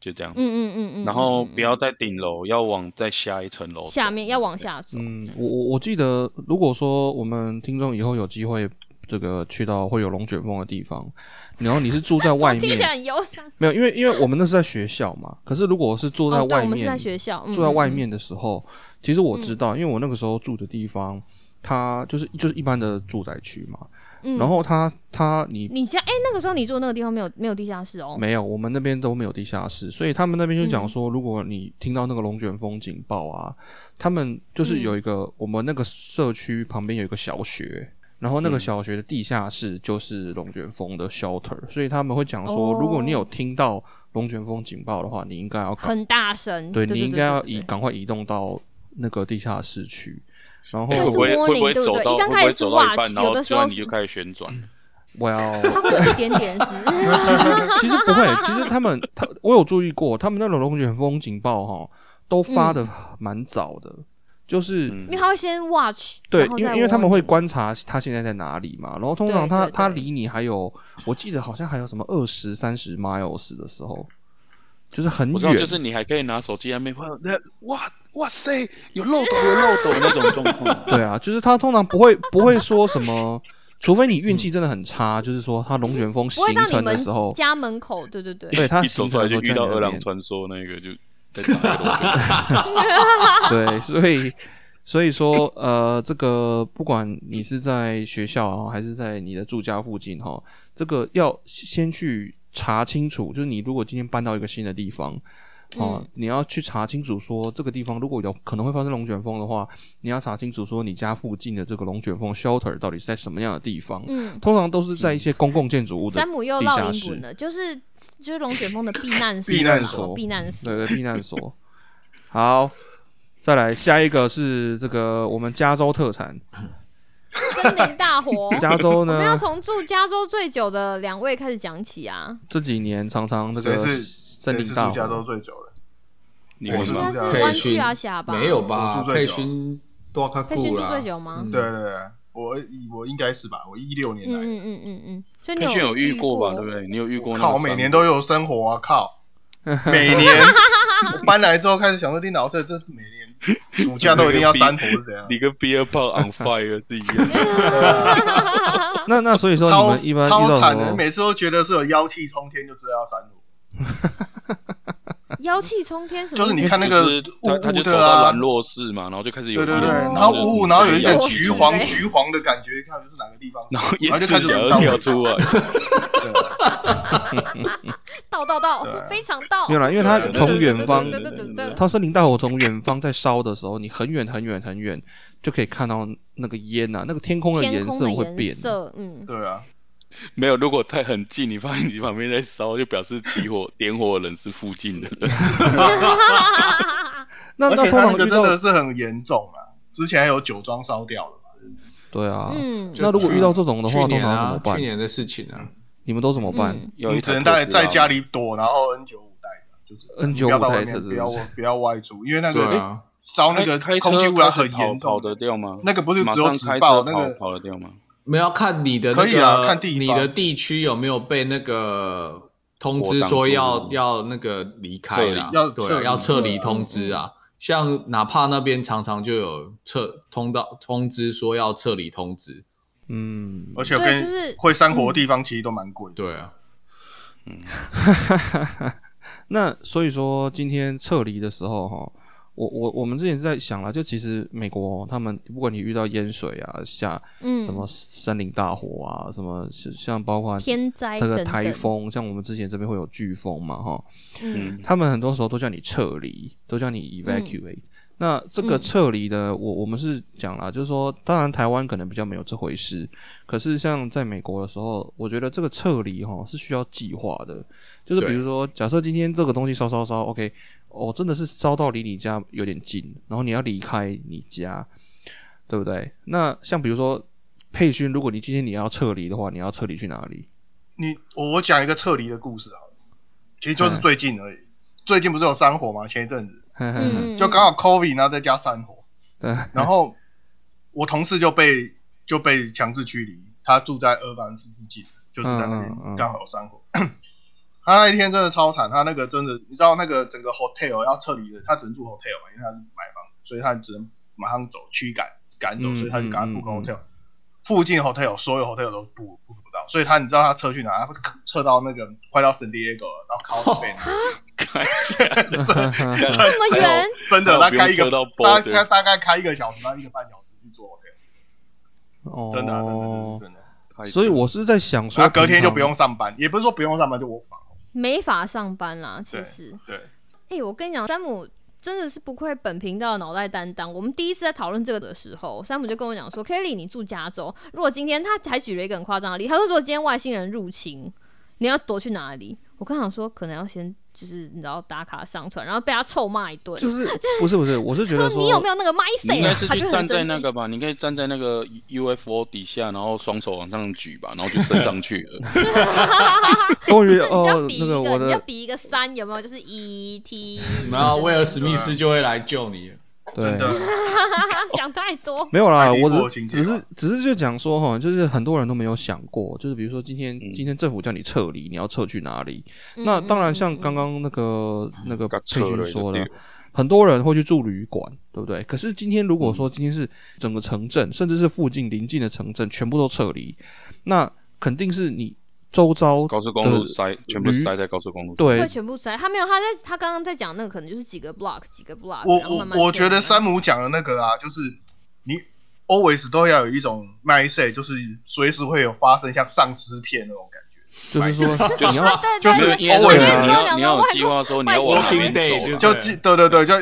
就这样。
嗯嗯嗯嗯，
然后
嗯嗯
不要在顶楼，要往再下一层楼走。
下面要往下走，
嗯，我我我记得，如果说我们听众以后有机会这个去到会有龙卷风的地方，然后你是住在外
听起来
面，
很忧伤。
没有，因为因为我们那是在学校嘛。可是如果我是住在
哦对，
外
我们是
面，
在学校，嗯
住在外。
嗯嗯嗯
面的时候，其实我知道，因为我那个时候住的地方，它就是就是一般的住宅区嘛。
嗯
然后它它你
你家哎、那个时候你住的那个地方没有没有地下室哦。嗯
没有，我们那边都没有地下室，所以他们那边就讲说，如果你听到那个龙卷风警报啊，他们就是
嗯
有一个、我们那个社区旁边有一个小学。然后那
嗯
个小学的地下室就是龙卷风的 shelter，、所以他们会讲说，
哦
如果你有听到龙卷风警报的话，你应该要赶，
很大声，
对
对
你应该要
对
移
对
赶快移动到那个地下室去。然后
这
会
个
不会
摸
会不
你
会
对不
走
对
到
一
会
刚
不
开
会
始
走到一
watch，
半，然
有
后
的时
突然
候
你
是
就开始旋转？
我要
它会有一点点是，
其实其实不会，其实他们他我有注意过，他们那种龙卷风警报哈，都发的蛮早的，就是、
嗯
因为他会先 watch，
对
然，后
因
再
为因为他们会
warning
观察他现在在哪里嘛，然后通常他
对对对
他离你还有，我记得好像还有什么二十三十 miles 的时候，就是很
我知道，
远，
就是你还可以拿手机在那边放，那哇哇塞，有漏斗有漏斗那种状 况。
对啊，就是他通常不会不会说什么。除非你运气真的很差，就是说它龙卷风
不
形
会到你
成的
们
时候，
家门口，对对对，
对它
一走
形
出
成
来
的时
就
候
遇到二
在你的
郎
面
传说那个就在打个螺 旋
对，所以所以说，呃，这个不管你是在学校啊，还是在你的住家附近哦哈，这个要先去查清楚。就是你如果今天搬到一个新的地方，哦、
嗯
你要去查清楚说这个地方如果有可能会发生龙卷风的话，你要查清楚说你家附近的这个龙卷风 shelter 到底是在什么样的地方。
嗯，
通常都是在一些公共建筑物的
山姆又
地
绕
下
英
室
滚，了，就是就是龙卷风的避难所，
避难
所
避难所，
对对，避难所。好，再来下一个是这个我们加州特产，
森林大 火。
加州
我们要
呢
从住加州最久的两位开始讲起啊，
这几年常常这个
谁是
森
谁
林
是
大
住加州
火，
最久的，
你
我
为
是
什么
应该是
这样
湾区啊，下吧？
没有吧？
我住最
佩
久
勋多卡
佩勋
库
住
啦，
最久吗？
嗯
对对对，我我应该是吧，我一六年
嗯
来的，
嗯嗯嗯嗯，所以你
佩勋有
遇
遇过吧？对不对？你有遇过那个
靠，我每年都有生活啊，靠，每年我搬来之后开始想说，丁老师这每年暑假都一定要山头是怎 样
山姆，？你跟 Beer p o n on Fire 是一 样。
那那所以说你
超
们一般遇
超
到什
惨的，
么？
每次都觉得是有妖气冲天，就知道要山头。
妖气冲天什么意思？
就是你看那个
就是他他
雾雾
就走
的
到
啊
软，弱市嘛，然后就开始有
对对对，
烟
然后
就是
雾雾，然后有一
那
个
个
橘
妖气
黄橘黄的感觉，看就是哪个地方，
然后
然后
烟
就
是
开始
想要
闻到
跳出来，
对啊
到到到
对，
非常到。
没有啦，因为它从远方，
啊对对对对对
它森林大火从远方在烧的时候，你很远很远很远就可以看到那个烟呐、啊，那个天空的
天
颜
空
色
的
会变
颜。色，嗯，
对啊，
没有，如果太很近，你发现你旁边在烧，就表示起火点火的人是附近的人。
啊那
而
那
且
通
它那
常
个
遇
真
到
的是很严重啊，之前还有酒庄烧掉了嘛，
对啊，
嗯，
那如果遇到这种的话，
去
通
年
常怎
啊
么，办
去？年的事情啊，
你们都怎么办？
嗯
有一
你
台
只能在
特斯拉
在家里躲，然后 N 九五带着，就只
N95
不要到外
带着
面，
是不
不
是
要不要外出，因为那
对
个
啊，
烧那个
开开车
空气污染很
开
严
车跑跑
重，
得掉吗？
那个不是
马
只有
上
纸
开
爆
车
那
跑
个
跑得掉吗？
没有看你的那
可以啊
个，
看地方
你的地区有没有被那个通知
火挡
说
住
要要那个离开啦
撤，嗯
离要撤
对啊，
离
要撤离通知啊。像哪怕那边常常就有撤通道通知说要撤离通知，
嗯，
而且
所以
跟
就是嗯
会山活的地方其实都蛮贵的。
对啊，
那所以说，今天撤离的时候哈，我我我们之前是在想啦，就其实美国哦他们不管你遇到淹水啊、下
嗯
什么森林大火啊、什么是像包括
天灾
那
等
个
等，
台风，像我们之前这边会有飓风嘛哈，
嗯，
他们很多时候都叫你撤离，都叫你 evacuate。那这个
嗯
撤离的，我我们是讲啦，就是说，当然台湾可能比较没有这回事，可是像在美国的时候，我觉得这个撤离哈是需要计划的，就是比
对
如说，假设今天这个东西烧烧烧，OK，哦，真的是烧到离你家有点近，然后你要离开你家，对不对？那像比如说佩勋，如果你今天你要撤离的话，你要撤离去哪里？
你我我讲一个撤离的故事好了，其实
哎
就是最近而已。最近不是有山火吗？前一阵子
哼哼
嗯，
哼
就刚好 COVID，然后再加山火，
嗯
然后我同事就被就被强制驱离，他住在二班附近，就是在那
嗯嗯嗯
边刚好有山火。 他那一天真的超惨，他那个真的，你知道那个整个 hotel 要撤离的，他只能住 hotel 嘛，因为他是买房，所以他只能马上走驱赶赶走，
嗯
所以他就赶快
嗯
b o o
嗯
hotel。附近 hotel 所有 hotel 都 book book 不到，所以他你知道他撤去哪？他撤到那个快到 San Diego 了，到 c o s b a
开车
这么远，
真
哦
的，
还
他
好
开一个
不用
大
车到 border
概大概开一个小时到一个半小时去做 hotel，
哦，
真的啊、真的真的真的。
所以我是在想说，
他啊隔天就不用。上班，也不是说不用上班就我房。
没法上班啦。其实，
对，
哎，我跟你讲，山姆。真的是不愧本频道的脑袋担当。我们第一次在讨论这个的时候，山姆就跟我讲说：“Kelly，你住加州，如果今天他还举了一个很夸张的例，他说如果今天外星人入侵，你要躲去哪里？”我刚想说，可能要先就是你知道打卡上传，然后被他臭骂一顿。
就是不是不是，我是觉
他
得
说
说
你有没有那个
你应该
mindset？、
是
他
去
就很
站在那
生气
个。吧，你可以站在那个 UFO 底下，然后双手往上举吧，然后就升上去了。
终于
不是 你就要
哦
比，一
那
个，
个我
你要
的
比一个三，有没有？就是 E T，
然后啊威尔史密斯就会来救你了。
对
真。的，
想太多。
没有啦，
太离
我
谱的
只
情节
只是
了
只是就讲说哈，就是很多人都没有想过，就是比如说今天、
嗯
今天政府叫你撤离，你要撤去哪里？
嗯
那当然像刚刚那个那个
给它
佩
撤了
君
就
说的
对，
很多人会去住旅馆，对不对？可是今天如果
嗯
说今天是整个城镇，甚至是附近邻近的城镇全部都撤离，那肯定是你周遭
高速公路
的
塞，全部
驴
塞在高速公路。
对
会全部摘，他没有，他在他刚刚在讲那个，可能就是几个 block，几个 block
我
然后慢慢
我我觉得
撤
山姆讲的那个啊，就是你 always 都要有一种 mindset，就是随时会有发生像丧尸片那种感觉。
就是说你要
但
就
但
是
是
因为
偶尔
你
啊
要你要有计划说你要往哪边走啦，
就计对对对，就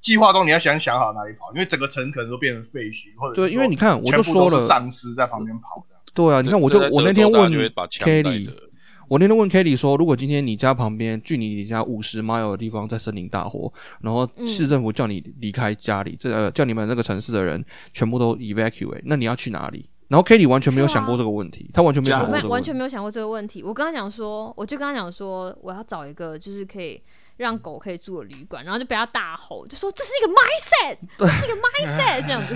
计划中你要想想好哪里跑，因为整个城可能都变成废墟，或者
对，因为你看我
全
就
部都
说了
是，丧尸在旁边跑的。
对啊，你看我就
这在
我
德
那天
州大家
问
就会把枪带
Kelly，
着
我那天问 Kelly 说，如果今天你家旁边距离你家五十 mile 的地方在森林大火，然后
嗯
市政府叫你离开家里，这、呃、叫你们那个城市的人全部都 evacuate，那你要去哪里？然后 Kelly 完全没有
对啊
想过这个问题，他完全没有
家
想过
没
这
有
个问
完
题
全。没有想过这个问题。我跟他讲说，我就跟他讲说，我要找一个就是可以让狗可以住的旅馆，然后就被他大吼，就说这是一个 mindset，这是一个 mindset 这样子。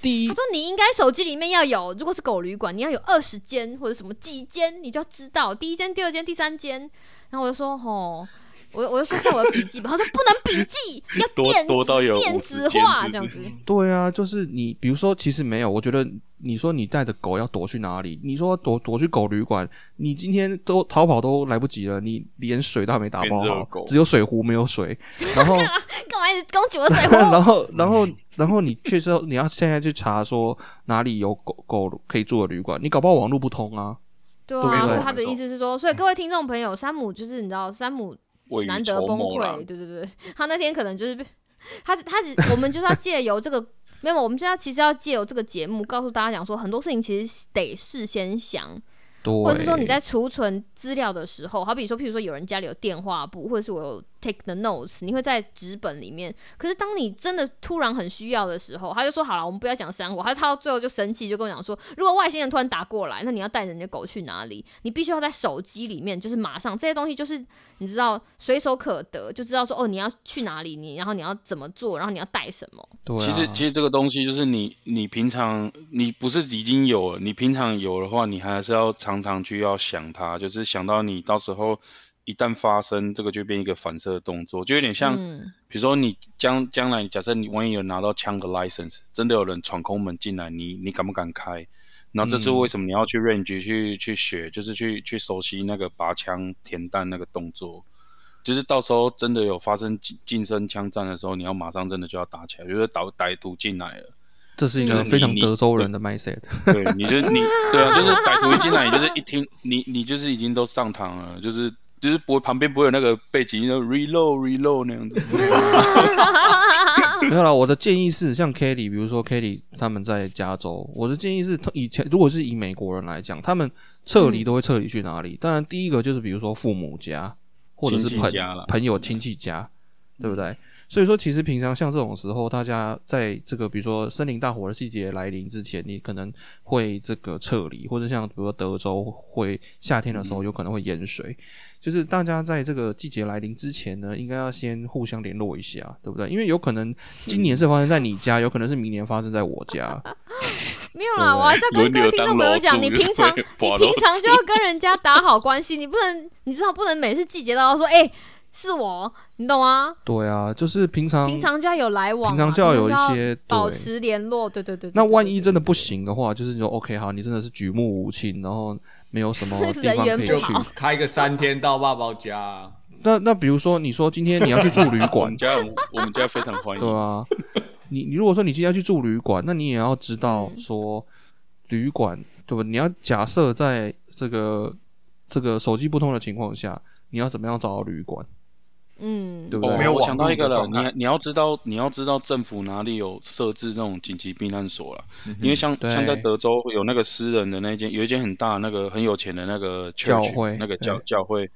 第一
他，说你应该手机里面要有，如果是狗旅馆，你要有二十间或者什么几间，你就要知道第一间、第二间、第三间。然后我就说吼。我我就说在我的笔记本，他说不能笔记，要
多
电
多到有
子电
50
子
间
化
是不
这样
是
子。
对啊，就是你，比如说，其实没有，我觉得你说你带着狗要躲去哪里？你说躲躲去狗旅馆，你今天都逃跑都来不及了，你连水都还没打包
变热
好
狗，
只有水壶没 有水，然后。
干嘛一直攻击我的 水壶？
然后，然后，然后你确实要你要现在去查说哪里有狗狗可以住的旅馆，你搞不好网络不通啊。
对
对
啊，
不
所以
对
他的意思是说，所以各位听众朋友，山姆就是你知道，山姆
未雨
难得
绸
崩
缪啦
溃，。对对对，他那天可能就是被他他只我们就是要借由这个没有，我们就要其实要借由这个节目告诉大家讲说，很多事情其实得事先想，
对，
或者是说你在储存资料的时候，好比说，譬如说有人家里有电话簿，或者是我有 take the notes，你会在纸本里面。可是当你真的突然很需要的时候，他就说好了，我们不要讲山火。他他到最后就生气，就跟我讲说，如果外星人突然打过来，那你要带着你的狗去哪里？你必须要在手机里面，就是马上这些东西，就是你知道随手可得，就知道说哦你要去哪里，你然后你要怎么做，然后你要带什么。
对啊、
其实其实这个东西就是你你平常你不是已经有了，你平常有的话，你还是要常常去要想它，就是想到你到时候一旦发生，这个就变一个反射动作，就有点像，
嗯
比如说你将将来假设你万一有拿到枪的 license，真的有人闯空门进来，你你敢不敢开？然后这是为什么你要去 range 去去学，就是去去熟悉那个拔枪填弹那个动作。就是到时候真的有发生近近身枪战的时候，你要马上真的就要打起来，就是导歹徒进来了，
这是一个
嗯
非常
你
德州人的 mindset。
对，你就是你对啊，就是歹徒一进来，你就是一听你你就是已经都上膛了，就是就是不会旁边不会有那个背景音就 reload reload 那样子，
没有啦，我的建议是，像 Kelly，比如说 Kelly 他们在加州，我的建议是，以前如果是以美国人来讲，他们撤离都会撤离去哪里？当然，第一个就是比如说父母家，或者是
亲戚
朋
家啦嗯
朋友亲戚家，对不对？所以说，其实平常像这种时候，大家在这个比如说森林大火的季节来临之前，你可能会这个撤离，或者像比如说德州会夏天的时
嗯
候有可能会淹水，就是大家在这个季节来临之前呢，应该要先互相联络一下，对不对？因为有可能今年是发生在你家，有可能是明年发生在我家。
没有啦，我还是要跟各位听众朋友讲，你平常你平常就要跟人家打好关系，你不能你知道不能每次季节到说哎、是我，你懂吗？
对啊，就是平常
平常就要有来往嘛，
平常就要有一些
平常就要保
对
持联络，对对对对
那万一真的不
行，
行的话，就是说 OK 好，你真的是举目无亲，然后没 有什么地
人
方
缘
可以
不
去
好。
开个三天到爸爸家啊，
那那比如说，你说今天你要去住旅
我
馆
们，家很我们家非常欢
对
迎，
啊？你你如果说你今天要去住旅馆，那你也要知道
嗯
说旅馆对吧？你要假设在这个这个手机不通的情况下，你要怎么样找到旅馆，
嗯，
对不
哦，
对？
没有
我想到一个了，
网络的状态
你你要知道，你要知道政府哪里有设置那种紧急避难所了，
嗯
嗯
因为像
对
像在德州有那个私人的那间，有一间很大的那个很有钱的那个 c
教会
那个教
对
教会，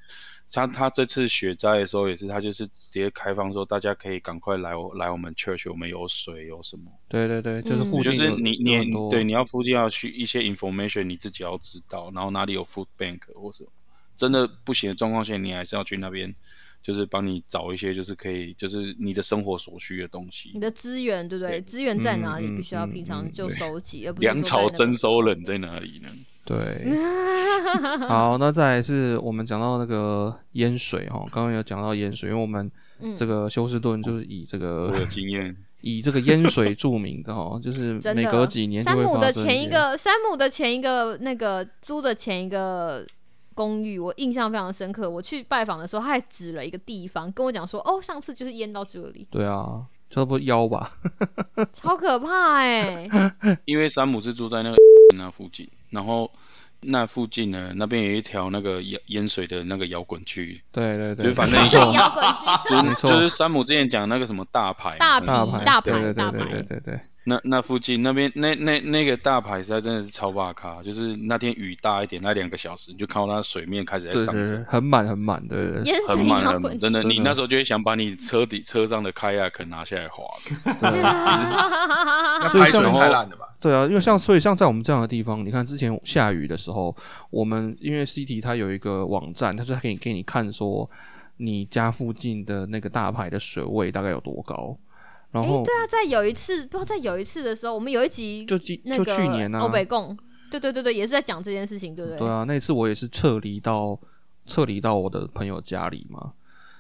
他他这次雪灾的时候也是，他就是直接开放说大家可以赶快来我来我们 church，我们有水有什么，
对对对，就是
嗯
附
就
近
是
有
你
有
你
很多
对你要附近要去一些 information，你自己要知道，然后哪里有 food bank 或者真的不行的状况下，你还是要去那边，就是帮你找一些就是可以就是你的生活所需的东
你
西。
的资源对不对？
对
资源在哪里？
嗯
必须要
嗯
平常
嗯
就
对
收集，而不是
梁
说在
朝
那个
征收人在哪里呢？
对。 好，那再来是我们讲到那个淹水哈，刚刚有讲到淹水，因为我们
嗯
这个休斯顿就是以这个
哦我有经验，
以这个淹水著名的哈，就是
真的
每隔几年就
山
会
姆
发
的
生
前
一
一
些
个，山姆的前一个那个租的前一个公寓，我印象非常深刻。我去拜访的时候，他还指了一个地方跟我讲说：“哦，上次就是淹到这里，
对啊，差不多腰吧，
超可怕哎、
因为山姆是住在那个那附近，然后那附近呢，那边有一条那个淹淹水的那个摇滚区，
对对对，
就是反正
没
一个
错，
摇滚 区，
就是
啊没错
就是山姆之前讲那个什么大牌，
大
嗯
牌
大牌，
大牌
对对
大
对
牌
对对对对，
那那附近那边那那那个大牌实在真的是超大咖，就是那天雨大一点，那两个小时你就看到它水面开始在
对
上
对对
升，
很满很满，对对对，
淹
很
水
满
摇
很
滚
满，
区
真，的，
真的
你那时候就会想把你车底车上的开亚肯拿下来划。
那
所以
排水
像
太烂了吧？
啊对啊，因为像所以像在我们这样的地方，你看之前下雨的时候，我们因为 CT 它有一个网站，它就可以给你看说你家附近的那个大牌的水位大概有多高，然
哎，
后
对啊，在有一次，不知道在有一次的时候，我们有一集
就今
那
就
个
去年啊
欧北贡，对对对对，也是在讲这件事情，对不对？
对啊，那次我也是撤离到撤离到我的朋友家里嘛，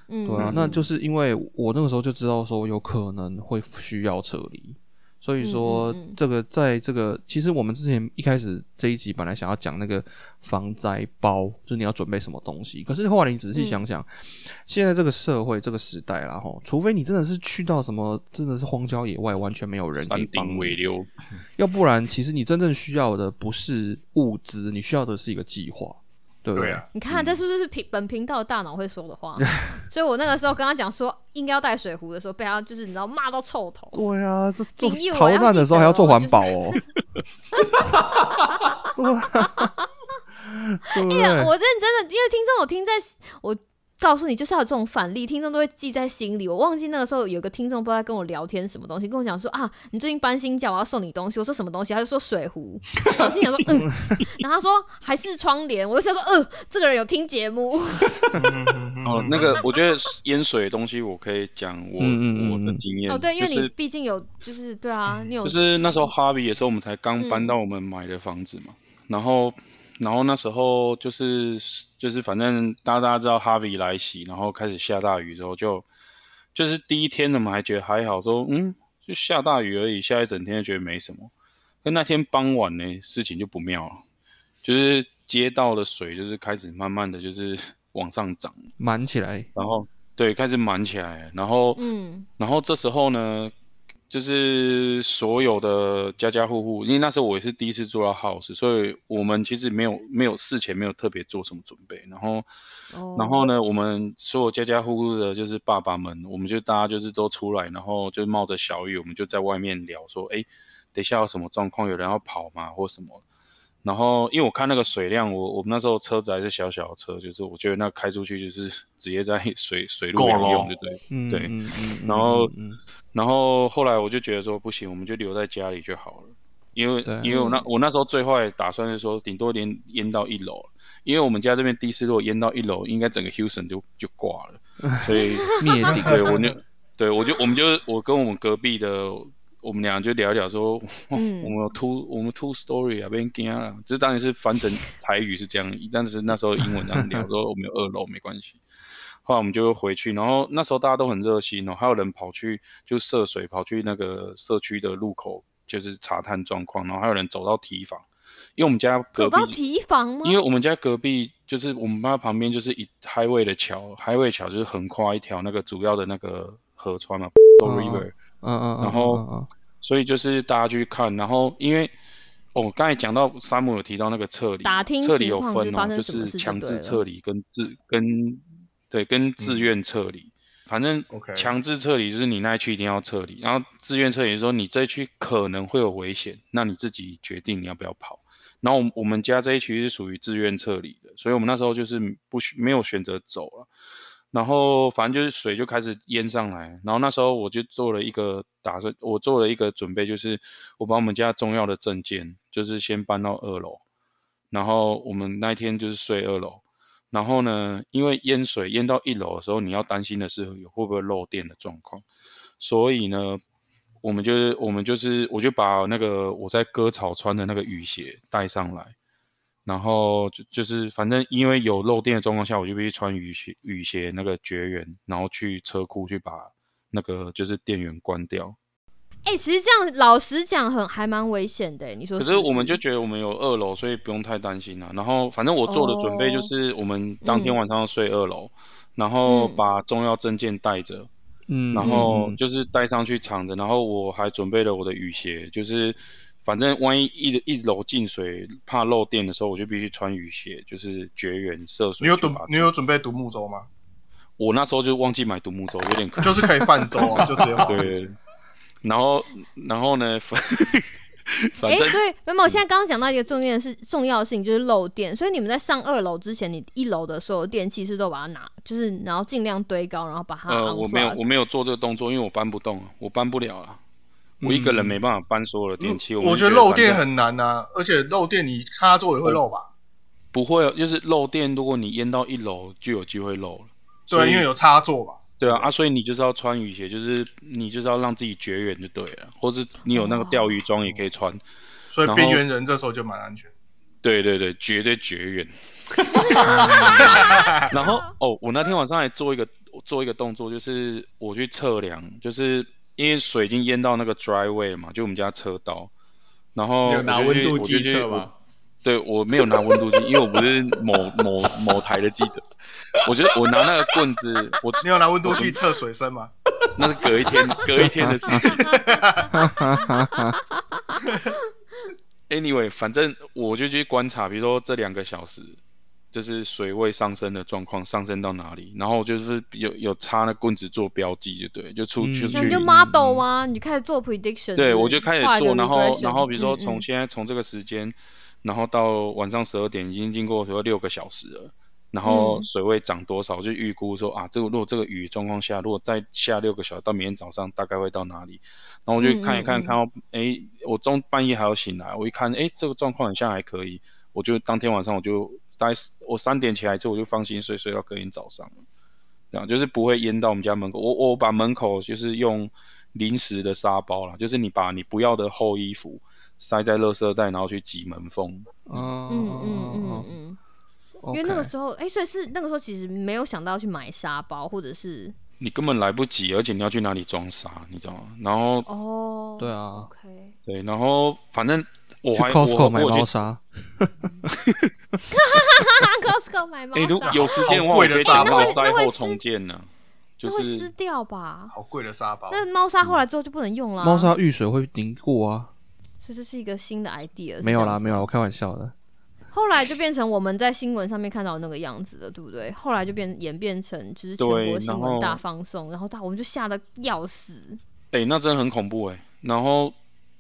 嗯，
对啊，那就是因为我那个时候就知道说有可能会需要撤离，所以说
嗯嗯嗯
这个在这个其实我们之前一开始这一集本来想要讲那个防灾包，就是你要准备什么东西，可是后来你仔细
嗯
想想，现在这个社会这个时代啦，吼，除非你真的是去到什么真的是荒郊野外，完全没有人可
山
以帮
顶
你
尾流，
要不然其实你真正需要的不是物资，你需要的是一个计划，对不
对
对？
啊，
你看，这是不是频本频道的大脑会说的话？所以我那个时候跟他讲说应该要带水壶的时候，被他就是你知道骂到臭头。
对啊，这这
引诱我
逃
要
难的
记
时候
得
还要
哦
做
就
环
是
保哦。对啊，对 不
哎呀，
对？
我认真的，因为听众有听在，我告诉你，就是要有这种反例，听众都会记在心里。我忘记那个时候有个听众不知道在跟我聊天什么东西，跟我讲说啊，你最近搬新家，我要送你东西。我说什么东西？他就说水壶。我心想说嗯，然后他说还是窗帘。我就想说嗯，这个人有听 节目，
嗯
哦，那个我觉得淹水的东西，我可以讲我
嗯嗯嗯
我的
嗯
经验。
哦，对，因为
就
你
是嗯
毕竟有就是对啊，你有
就是那时候哈比的时候，我们才刚搬到我们买的房子嘛，然后然后那时候就是就是反正大家知道哈比来袭，然后开始下大雨之后就就是第一天我们还觉得还好说嗯就下大雨而已，下一整天就觉得没什么。但那天傍晚呢，事情就不妙了，就是街道的水就是开始慢慢的就是往上涨，
瞒起来，
然后对开始满起来，然后
嗯
然后这时候呢，就是所有的家家户户，因为那时候我也是第一次做到 house，所以我们其实没有没有事前没有特别做什么准备。然后，
哦
然后呢，我们所有家家户户的就是爸爸们，我们就大家就是都出来，然后就冒着小雨，我们就在外面聊说，哎，等一下有什么状况，有人要跑吗，或什么。然后，因为我看那个水量，我我们那时候车子还是小小的车，就是我觉得那开出去就是直接在水水路
够
游
了哦
泳，对不对？
嗯，
对
嗯嗯，
然后
嗯嗯
然后后来我就觉得说不行，我们就留在家里就好了，因为
对
因为我那我那时候最坏的打算是说，顶多连淹到一楼，因为我们家这边地势如果淹到一楼，应该整个 Houston 就就挂了，所以
灭顶，
对我 就对我就我们就我跟我们隔壁的我们俩就聊一聊说，哇
嗯
我们有 two 我们 two story 啊，被人惊了，这当然是翻成台语是这样，但是那时候英文这样聊说我们有二楼没关系。后来我们就回去，然后那时候大家都很热心哦，还有人跑去就涉水，跑去那个社区的路口，就是查探状况，然后还有人走到堤防，因为我们家
走
隔
到
壁
提防吗？
因为我们家隔壁就是我们家旁边就是一 highway 的桥，highway 桥就是横跨一条那个主要的那个河川嘛 b o River，、
嗯嗯，
然后
嗯嗯
所以就是大家去看，然后因为哦，我刚才讲到山姆有提到那个撤离，
打听
撤离有
情
分
况
哦，
就发生
就
什么
是
事就
强
对
制
了
撤离跟自跟对跟自愿撤离，反正
OK
强制撤离就是你那一区一定要撤离，然后自愿撤离是说你这一区可能会有危险，那你自己决定你要不要跑。然后我们我们家这一区是属于自愿撤离的，所以我们那时候就是不选没有选择走了。然后反正就是水就开始淹上来，然后那时候我就做了一个打算，我做了一个准备，就是我把我们家重要的证件，就是先搬到二楼，然后我们那一天就是睡二楼，然后呢，因为淹水淹到一楼的时候，你要担心的是有会不会漏电的状况，所以呢，我们就是我们就是我就把那个我在割草穿的那个雨鞋带上来，然后就就是反正因为有漏电的状况下，我就必须穿雨鞋雨鞋那个绝缘，然后去车库去把那个就是电源关掉。
哎、其实这样老实讲很还蛮危险的，你说
可
是
是
不
我们就觉得我们有二楼，所以不用太担心啊了、然后反正我做的准备就是我们当天
嗯
晚上要睡二楼，然后
嗯
把重要证件带着，
嗯，
然后
嗯
就是带上去藏着，然后我还准备了我的雨鞋，就是反正万一一一楼进水，怕漏电的时候，我就必须穿雨鞋，就是绝缘涉水。
你有
去
准
把
你有准备独木舟吗？
我那时候就忘记买独木舟，有点可惜
就是可以泛舟 啊，就直接划。
对，然后然后呢，反 反
哎、
正
所以没有，我现在刚刚讲到一个重要的事，重要的事情就是漏电。所以你们在上二楼之前，你一楼的所有电器是都把它拿，就是然后尽量堆高，然后把它 unplug。
呃，我没有我没有做这个动作，因为我搬不动，我搬不了啊，我一个人没办法搬所有的电器。
嗯我
我
觉
觉
得漏电
反正
很难呐、而且漏电你插座也会漏吧？
不会，啊就是漏电，如果你淹到一楼，就有机会漏了。所
对，啊
以
因为有插座嘛。
对啊，啊，所以你就是要穿雨鞋，就是你就是要让自己绝缘就对了，或者你有那个钓鱼装也可以穿。
所以
然后
边缘人这时候就蛮安全。
对对对，绝对绝缘。 然后哦，我那天晚上还做一个做一个动作，就是我去测量，就是因为水已经淹到那个 driveway 了嘛，就我们家车道。然后
你
我
有拿
就
温
去
度
我就
计
去
测
我
吗？
对我没有拿温度计，因为我不是某某某台的记者。我觉得我拿那个棍子，我
你有拿温度计测水深吗？
那是隔一天隔一天的事情。Anyway，反正我就去观察，比如说这两个小时，就是水位上升的状况上升到哪里，然后就是有有插那棍子做标记，就对，就出
嗯
就
那
去
你就 model 啊，你就开始做 prediction 是不是。
对，我就开始
画一个
做，然后
regression
然后比如说
嗯嗯
从现在从这个时间，然后到晚上十二点，已经经过说六个小时了，然后
嗯
水位涨多少，就预估说啊，这个如果这个雨状况下，如果再下六个小时到明天早上，大概会到哪里？然后我就
嗯
看一看，
嗯嗯
看到诶，我中半夜还要醒来，我一看诶，这个状况好像还可以，我就当天晚上我就大概我三点起来之后，我就放心睡，睡到隔天早上了。这样就是不会淹到我们家门口。我我把门口就是用临时的沙包啦，就是你把你不要的厚衣服塞在垃圾袋，然后去挤门缝。
嗯
嗯嗯嗯嗯，
哦
因为那个时候，哎、所以是那个时候其实没有想到要去买沙包，或者是
你根本来不及，而且你要去哪里装沙，你知道吗？然后
哦，
对啊，
，OK，
对，然后反正我
去
还我
Costco 买
我有
猫
去
砂，
那 Costco 买猫
哎，如
砂，
有时间的话，
好
我
贵的
可以打
沙包
包
那
塞
会
后
湿
重建呢，就
那会湿
是
掉吧？
好贵的沙包，
那猫砂后来之后就不能用了啊，
猫砂遇水会凝固啊。
所以这是一个新的 idea，是
没有
这
啦，
样子
没有啦，我开玩笑的。
后来就变成我们在新闻上面看到的那个样子了，对不对？后来就变演变成就是全
对
国新
然
闻
后
大放送，然后大我们就吓得要死。
哎，那真的很恐怖哎。然后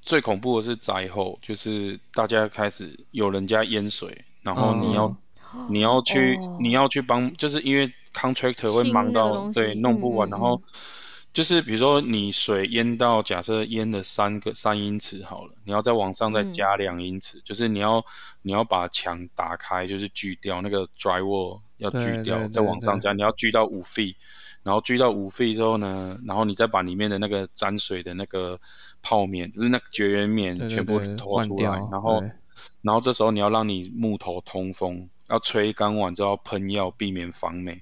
最恐怖的是灾后，就是大家开始有人家淹水，然后你要
嗯
你要去，
哦
你要去帮，就是因为 contractor 会
清
忙
那个东
到
西
对弄不完，
嗯嗯
然后就是比如说你水淹到，假设淹了三个三英尺好了，你要再往上再
嗯
加两英尺，就是你要你要把墙打开，就是锯掉那个 drywall 要
对
锯掉，
对
再
对
往上
对
加，你要锯到五 feet，然后锯到五 feet 之后呢，然后你再把里面的那个沾水的那个泡棉，就是那个绝缘棉
对对
全部
对
拖
换
出
掉
来，然后
对
然后这时候你要让你木头通风，要吹干完之后要喷药，避免防霉。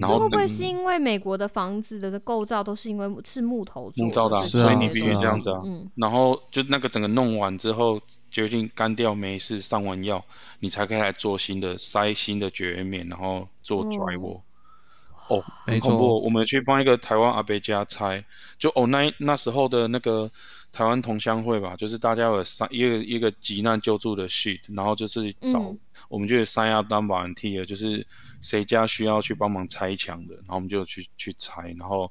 然
这
后
会不会
嗯
是因为美国的房子的构造都是因为是木头做
木造的啊
所以
是啊
才
所以
会
你必
有
须这
东
样
西
子啊
嗯，
然后就那个整个弄完之后，决定干掉没事，上完药，你才可以来做新的塞新的绝缘棉，然后做
嗯
dry wall。哦，
没
很恐怖哦！
错
我们去帮一个台湾阿伯家拆，就哦那那时候的那个台湾同乡会吧，就是大家有三一个一个急难救助的 sheet，然后就是找、
嗯
我们就有 sign up 当 volunteer，就是谁家需要去帮忙拆墙的，然后我们就去去拆，然后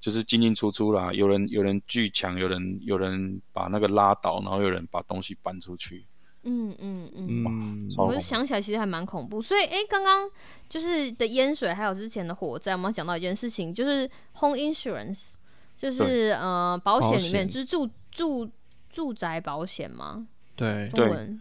就是进进出出啦，有人有人锯墙，有人有人把那个拉倒，然后有人把东西搬出去。
嗯嗯嗯。
嗯，
超
我
恐
就
怖
想起来，其实还蛮恐怖。所以，哎、刚刚就是的淹水，还有之前的火灾，我们要讲到一件事情，就是 home insurance，就是呃保险里面，
保险
就是住住住宅保险吗？
对，
中文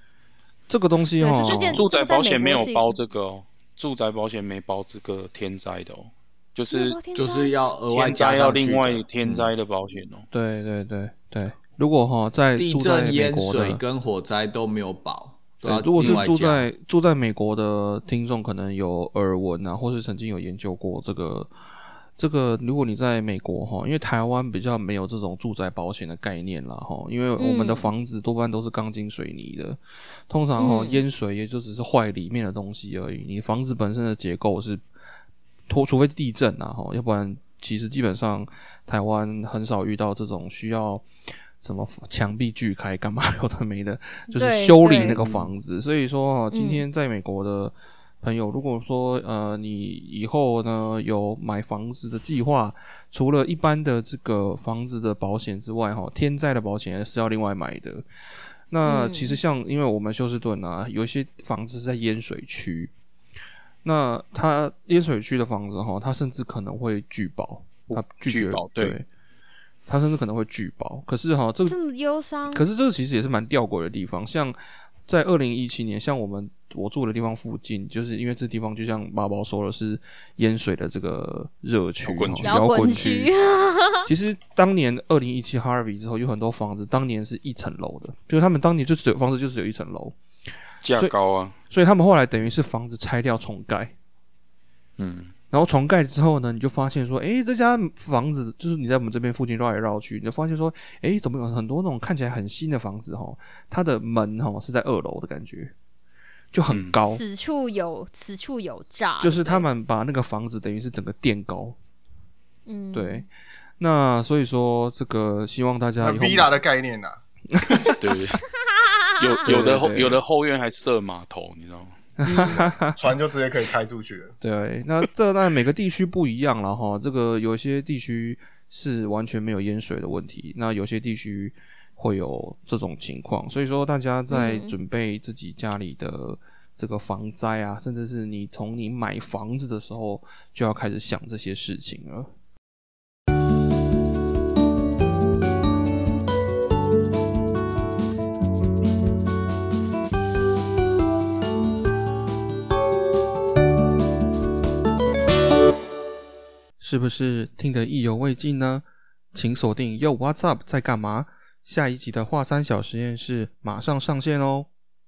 这个东西
对
哈
是，这件
住宅保险没有
这个在美
包
国
这个哦，住宅保险没包这个天灾的哦，就是
是
就是要额外
天
加
灾要
上去
另
的嗯
外天灾的保险哦。
对对对对。如果哈在
地
住在
震、
美
淹
国
水
的，
跟火灾都没有保，都
对
要，
啊如果是
另外
住
加
在住在美国的听众，可能有耳闻啊，或是曾经有研究过这个这个。如果你在美国哈，因为台湾比较没有这种住宅保险的概念啦哈，因为我们的
嗯
房子多半都是钢筋水泥的，通常哈
嗯
淹水也就只是坏里面的东西而已，你房子本身的结构是脱，除非是地震啊哈，要不然其实基本上台湾很少遇到这种需要什么墙壁锯开干嘛 有的没的，就是
对
修理那
对
个房子。所以说，哦今
嗯
天在美国的朋友，如果说呃你以后呢有买房子的计划，除了一般的这个房子的保险之外，哈，天灾的保险是要另外买的。那
嗯
其实像，因为我们休斯顿啊，有一些房子是在淹水区，那它淹水区的房子哈，它甚至可能会拒保，它拒绝
拒保对
对，它甚至可能会拒保。可是哈，这个
这么忧伤，
可是这个其实也是蛮吊诡的地方，像在二零一七年，像我们我住的地方附近，就是因为这地方就像妈宝说的是淹水的这个热区
摇滚
哦
区
摇滚
滚
区。其实当年二零一七 Harvey 之后，有很多房子当年是一层楼的，就是他们当年就只有房子就只有一层楼，
价高啊，
所以他们后来等于是房子拆掉重盖。
嗯，
然后重盖之后呢，你就发现说，诶，这家房子就是你在我们这边附近绕来绕去，你就发现说，诶，怎么有很多那种看起来很新的房子哈，它的门哈是在二楼的感觉，就很
嗯
高，
此处有此处有诈，
就是他们把那个房子等于是整个垫高。
嗯
对，那所以说这个希望大家
那
以后
villa 的概念呐、啊
对对对，有有的
对对
后
对
有的后院还设码头，你知道吗？
船就直接可以开出去了。
对，那这当然每个地区不一样了哈。这个有些地区是完全没有淹水的问题，那有些地区会有这种情况。所以说，大家在
嗯
准备自己家里的这个防灾啊，甚至是你从你买房子的时候就要开始想这些事情了。是不是听得意犹未尽呢？请锁定 Yo What's Up 在干嘛？下一集的华山小实验室马上上线哦。